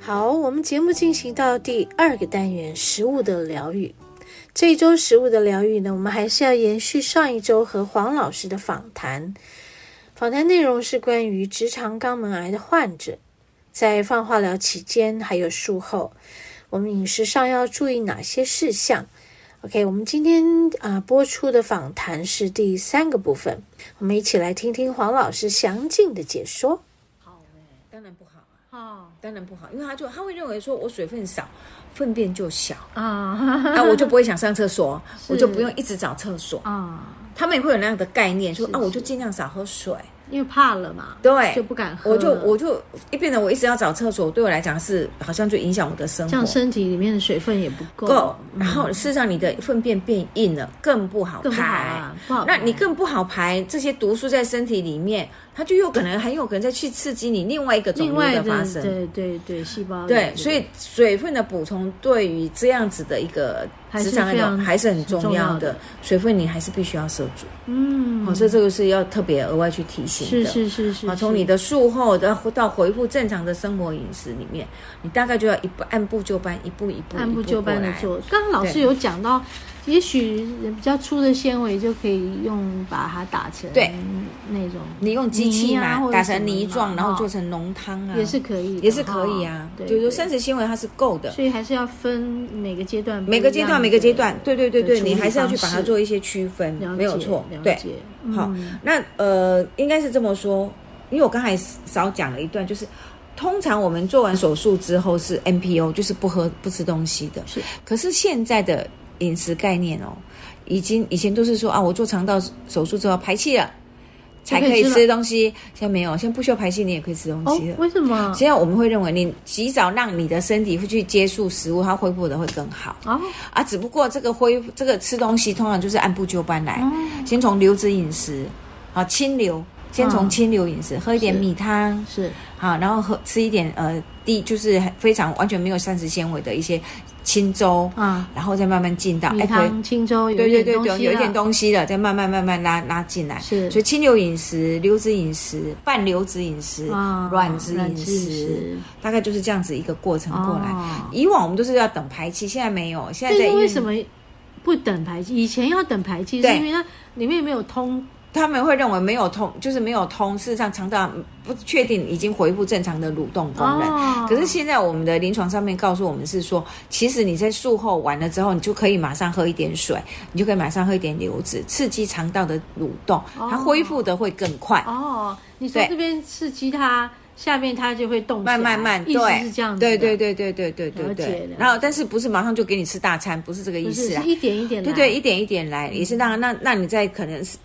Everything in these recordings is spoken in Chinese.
好，我们节目进行到第二个单元——食物的疗愈。这一周食物的疗愈呢，我们还是要延续上一周和黄老师的访谈。访谈内容是关于直肠肛门癌的患者，在放化疗期间还有术后，我们饮食上要注意哪些事项？OK，我们今天啊、播出的访谈是第三个部分，我们一起来听听黄老师详尽的解说。好哎、当然不好啊。当然不好，因为他就他会认为说我水分少，粪便就小，啊啊，我就不会想上厕所，是我就不用一直找厕所。啊，他们也会有那样的概念，说是啊，是我就尽量少喝水。因为怕了嘛，对就不敢喝了，我就我就一变得我一直要找厕所，对我来讲是好像就影响我的生这样活。身体里面的水分也不够，够，然后事实上你的粪便变硬了，更不好嗯更不好排啊。不好那排你更不好排这些毒素在身体里面，它就有可能很有可能再去刺激你另外一个肿另瘤外的的发生。对对对，细胞对，也所以水分的补充对于这样子的一个还是职场来非讲常还是很重重要要的的，水分你还是必须要摄足。嗯好、，所以哦这个是要特别额外去提醒是的。是是是，啊，是从你的术后到到回复正常的生活饮食里面，你大概就要一步按部就班，一步一步按部一就班过的来做。刚刚老师对有讲到，也许比较粗的纤维就可以用把它打成对那种你用机器泥嘛啊，或者打什成么泥嘛状，然后哦做成浓汤啊，也是可以的，也是可以啊哈。对，就是说对膳食纤维它是够的，所以还是要分每个阶段不一每样的，个阶段每个阶段，对对对对，处你理还是要方去把它式做一些区分，了解没有错了，对。解好嗯那呃，应该是这么说，因为我刚才少讲了一段，就是通常我们做完手术之后是 NPO，就是不喝不吃东西的。是，可是现在的饮食概念哦，已经以前都是说啊，我做肠道手术之后排气了才可以就可以吃吃东西，现在没有，现在不需要排气你也可以吃东哦西，了。为什 么？现在我们会认为，你及早让你的身体会去接触食物，它恢复的会更好哦，啊。只不过这个恢复，这个吃东西通常就是按部就班来，哦先从流质饮食啊，清流，先从嗯清流饮食，喝一点是米汤，是好，然后喝吃一点呃低，就是非常完全没有膳食纤维的一些清粥，啊，然后再慢慢进到米可以汤、青粥有对一对对点东对，西有一点了东西了，再慢慢慢慢拉拉进来。是所以清流饮食、流质饮食、半流质饮食、啊软质饮饮食，大概就是这样子一个过程过来。哦以往我们都是要等排气，现在没有，现但在在是医为院什么不等排气？以前要等排气，是对因为它里面没有通他们会认为没有通，就是没有通，事实上肠道不确定已经恢复正常的蠕动功能。哦。可是现在我们的临床上面告诉我们是说，其实你在术后完了之后，你就可以马上喝一点水，你就可以马上喝一点流质，刺激肠道的蠕动，哦它恢复的会更快。哦，你从对这边刺激它，下面它就会动起来，慢慢慢，啊意思对，是这样子，啊对对，对对对对对了解了对解。然后，但是不是马上就给你吃大餐，不是这个意不是思是啊？一点一点来，对嗯对，一点一点来，也是让那那你在可能是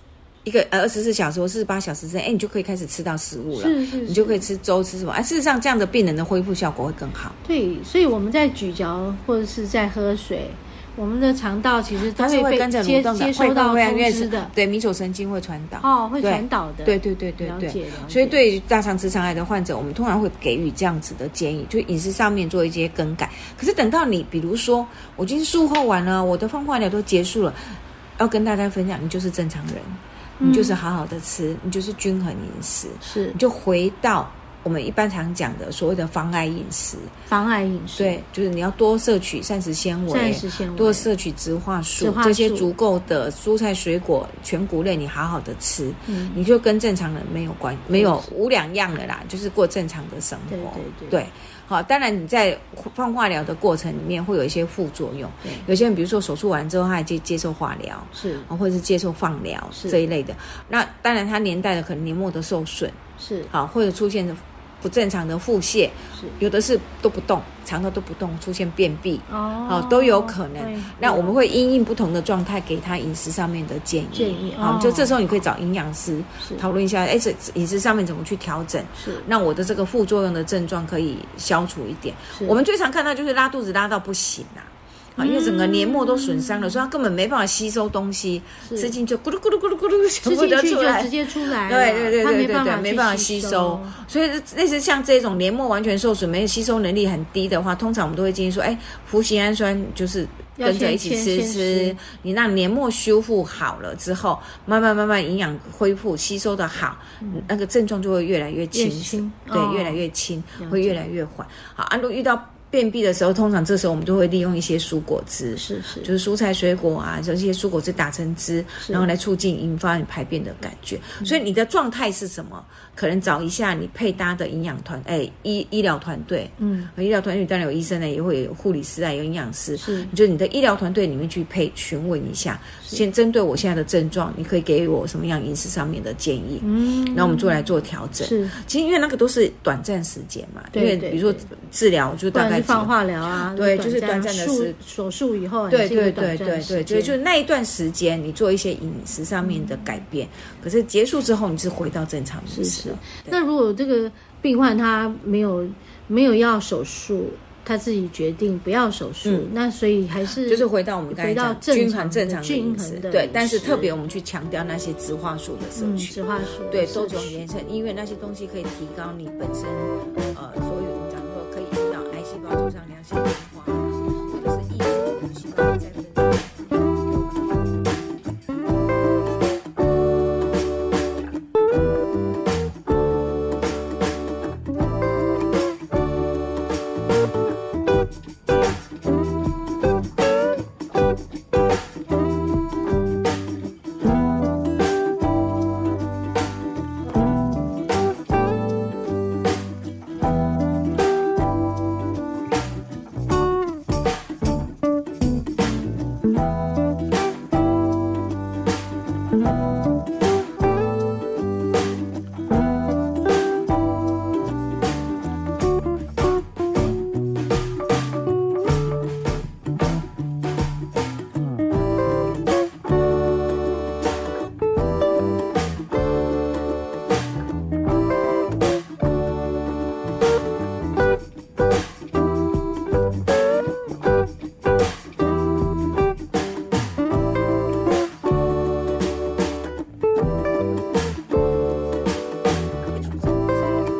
一个呃二十四小时或四十八小时之内，哎，你就可以开始吃到食物了。是是，你就可以是吃粥吃什么？哎、事实上这样的病人的恢复效果会更好，对，所以我们在咀嚼或者是在喝水。我们的肠道其实都它是会被跟着接蠕动的，接会收到会会通越知的，对，迷走神经会传导。哦，会对传导的，对对对对了对解，了所以解对于大肠直肠癌的患者，我们通常会给予这样子的建议，就饮食上面做一些更改。可是等到你，比如说我今天术后完了，我的放化疗都结束了，要跟大家分享，你就是正常人，你嗯就是好好的吃，你就是均衡饮食，是你就回到我们一般常讲的所谓的防癌饮食。防癌饮食，对，就是你要多摄取膳食纤维膳，食纤维多摄取植化素植化素这些足够的蔬菜水果全谷类，你好好的吃，嗯你就跟正常人没有关，没有无两样了啦，就是过正常的生活。对对对好，当然你在放化疗的过程里面会有一些副作用，对有些人比如说手术完之后，他还接接受化疗。是啊或者是接受放疗是这一类的，那当然他年代的可能黏膜的受损，是好，或者出现不正常的腹泻，是有的是都不动，肠道都不动，出现便秘。哦哦都有可能哎那我们会因应不同的状态，给他饮食上面的建议。建议好，哦就这时候你可以找营养师是讨论一下，哎，这饮食上面怎么去调整，是让我的这个副作用的症状可以消除一点。是我们最常看到就是拉肚子拉到不行啦、啊，因为整个黏膜都损伤了，所以它根本没办法吸收东西，嗯是吃进去咕噜咕噜咕噜咕噜，全吃部进都去出就来直。接出来了，对对对它对没对办对，法没办法去吸收收，，所以类似像这种黏膜完全受损、没有吸收能力很低的话，通常我们都会建议说，哎，氟酰氨酸就是要跟着先一起先吃先吃吃，你让黏膜修复好了之后，慢慢慢慢营养恢复、吸收的好，那个症状就会越来越嗯越轻省轻哦对，越来越轻，了会越解来越缓。好，啊，如果遇到便秘的时候，通常这时候我们就会利用一些蔬果汁，是是就是蔬菜水果啊，这些蔬果汁打成汁，是然后来促进引发你排便的感觉。所以你的状态是什么？可能找一下你配搭的营养团，哎，医医疗团队，呃嗯医疗团队当然有医生呢，也会有护理师啊，有营养师。是你就你的医疗团队里面去配询问一下，先针对我现在的症状，你可以给我什么样饮食上面的建议，嗯那我们做来做调整。是，其实因为那个都是短暂时间嘛，对因为对比如说对治疗就不大然概是几个放化疗啊，对就是短暂的术时手术以后，对也是一个对短对暂对时对，间就是那一段时间，你做一些饮食上面的改变，可是结束之后，你是回到正常饮是食是了。对那如果这个病患他没有没有要手术，他自己决定不要手术，嗯那所以还是就是回到我们刚才回到讲正均常衡的正常的均饮衡食，的对饮，但是食特别我们去强调那些植化素的摄嗯取植，化素对是多种是原生，因为那些东西可以提高你本身呃，所以我们讲说可以引导癌细胞走上良性变化，或者是抑制母细胞再分解。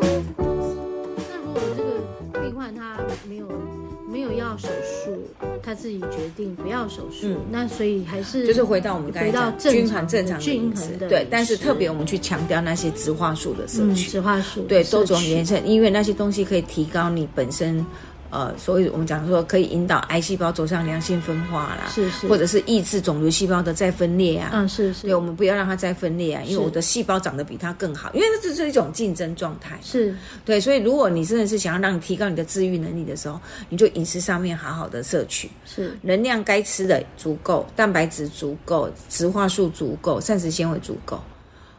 那如果这个病患他没有没有要手术，他自己决定不要手术，嗯那所以还是就是回到我们刚才回到讲正均常衡的正常的均饮衡食，的对饮，但是食特别我们去强调那些植化素的摄嗯取。植化素对摄多种取原生，因为那些东西可以提高你本身，呃，所以我们讲说可以引导癌细胞走向良性分化啦，是是或者是抑制肿瘤细胞的再分裂啊。嗯是是对，我们不要让它再分裂啊，因为是我的细胞长得比它更好，因为这是一种竞争状态。是对，所以如果你真的是想要让你提高你的治愈能力的时候，你就饮食上面好好的摄取，是能量该吃的足够，蛋白质足够，植化素足够，膳食纤维足够。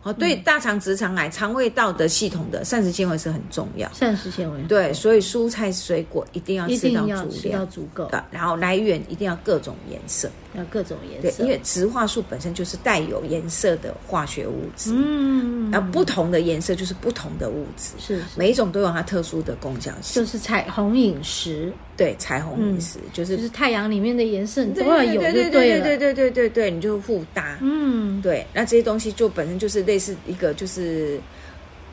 哦，对大肠直肠癌、肠胃道的系统的膳食纤维是很重要。膳食纤维对，所以蔬菜水果一定要一吃定到要足吃到量。足够，的，然后来源一定要各种颜色，要各种颜对，色，因为植化素本身就是带有颜色的化学物质，嗯那、不同的颜色就是不同的物质，是是每一种都有它特殊的功效性。就是彩虹饮食，对，彩虹饮食、就是就是太阳里面的颜色你都要有对就对对对了，对对对对，你就互搭，嗯，对，那这些东西就本身就是类似一个就是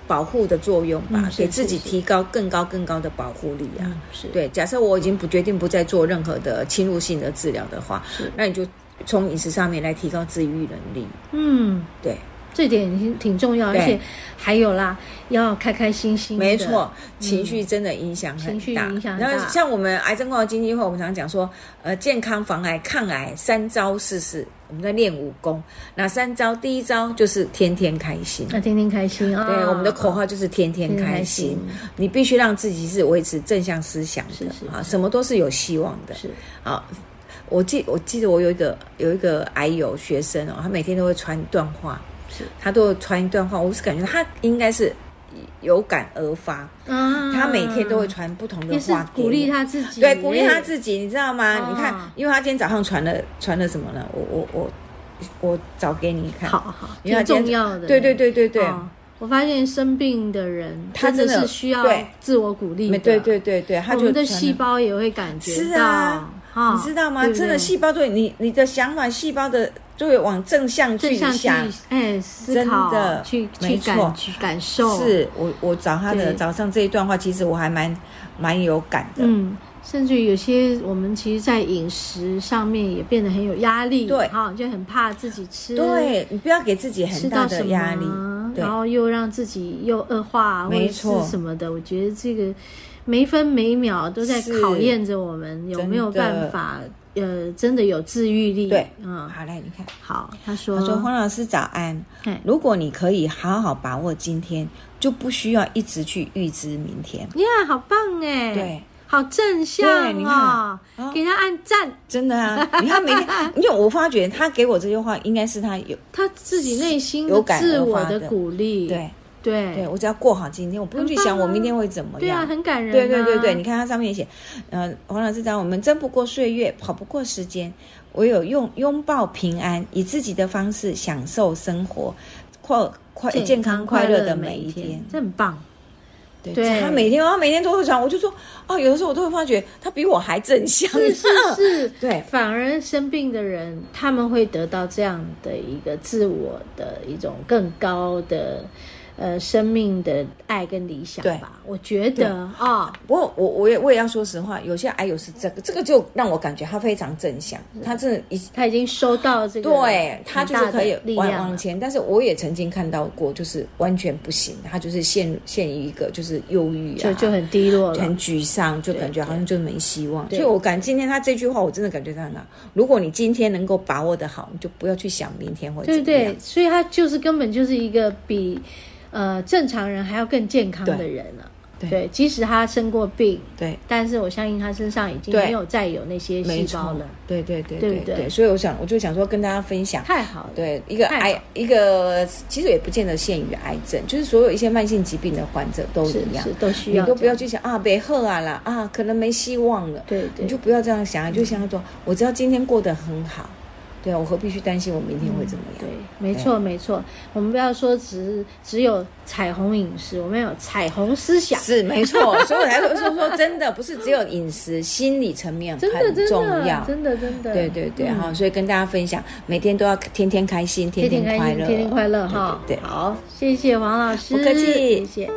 保护的作用吧，嗯是给自己是是提高更高更高的保护力啊。嗯是对，假设我已经不决定不再做任何的侵入性的治疗的话，那你就从饮食上面来提高自愈能力。嗯。对，这点已经挺重要，而对且还有啦，要开开心心。没错，，情绪真的影响很嗯情绪大。影响很然后大像我们癌症共同基金会，我们常讲说，呃，健康防癌抗癌三招试试。我们在练武功，哪三招？第一招就是天天开心。那天天开心啊！对，我们的口号就是天天开心。天天开你必须让自己是维持正向思想的是是啊，什么都是有希望的是啊。我记我记得我有一个有一个癌友学生哦，他每天都会传一段话，是他都会传一段话，我是感觉他应该是有感而发，啊他每天都会传不同的也是话给鼓励我他自己，对，鼓励他自己，你知道吗？哦你看，因为他今天早上传了传了什么呢？我我我我找给你看。好，好，因为挺他今天重要的。对对对对对，哦我发现生病的人他真真的是需要对自我鼓励的，没对对对对，他我就们的传了细胞也会感觉是到，啊哈你知道吗？对不对真的细胞对你你的想法，细胞的就会往正向正去向去想。哎思考，真的去去没感错去感受，是我我找他的对早上这一段话，其实我还蛮蛮有感的。嗯，甚至于有些我们其实，在饮食上面也变得很有压力，对哈，就很怕自己吃，，对你不要给自己吃很大到什的么压力，对然后又让自己又恶化，啊或没者错是什么的，我觉得这个每分每秒都在是考验着我们有没有真的办法，呃，真的有治愈力，对，嗯，好来，你看，好，他说，他说黄老师早安嘿。如果你可以好好把握今天，就不需要一直去预知明天。呀好棒哎，对，好正向对你看哦，啊给他按赞，真的啊， 你看每天，因为我发觉他给我这句话，应该是他有他自己内心的有感而自我发的的鼓励，对对对，我只要过好今天，我不用去很棒想啊我明天会怎么对啊，样。很感人、啊，对对对对，你看它上面写，呃，黄老师讲，我们争不过岁月，跑不过时间，唯有用拥抱平安，以自己的方式享受生活，快快健康快乐的每一天。这很 棒。对，对他每天他每天都会传，我就说，哦，有的时候我都会发觉他比我还正向。是是是， 对反而生病的人，他们会得到这样的一个自我的一种更高的，呃，生命的爱跟理想对吧。我觉得啊、不过我我也我也要说实话，有些癌友是这个，这个就让我感觉他非常正向，他真的一他已经收到这个，对他就是可以力往量啊往了。前，但是我也曾经看到过，就是完全不行，他就是陷陷于一个就是忧郁啊，就就很低落了，很沮丧，就感觉好像就没希望。对所以我感今天他这句话，我真的感觉到很好。如果你今天能够把握的好，你就不要去想明天会怎对么不样。对？所以他就是根本就是一个比呃正常人还要更健康的对人了。对对，即使他生过病，对但是我相信他身上已经对没有再有那些没细胞错了，，对对对对对不对对。所以我想，我就想说跟大家分享。太好了。对，一个太好癌，一个其实也不见得限于癌症，就是所有一些慢性疾病的患者都是一样是，都需你要，都不要。去想啊，没喝啊啦啊，可能没希望了。对对你就不要这样想，你就想说，我只要今天过得很好，对啊，我何必去担心我明天会怎么样？对，没错没错。我们不要说只只有彩虹饮食，我们要有彩虹思想。是没错，所以我才说说说真的，不是只有饮食，心理层面 真的很真重的要。真的真的。对对对，嗯哈、所以跟大家分享，每天都要天天开心，天天天快乐，天天快乐哈。对对对好，谢谢王老师，不客气谢谢。